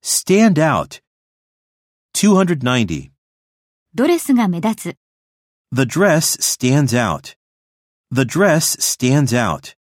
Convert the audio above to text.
Stand out. 290. ドレスが目立つ。 The dress stands out. The dress stands out.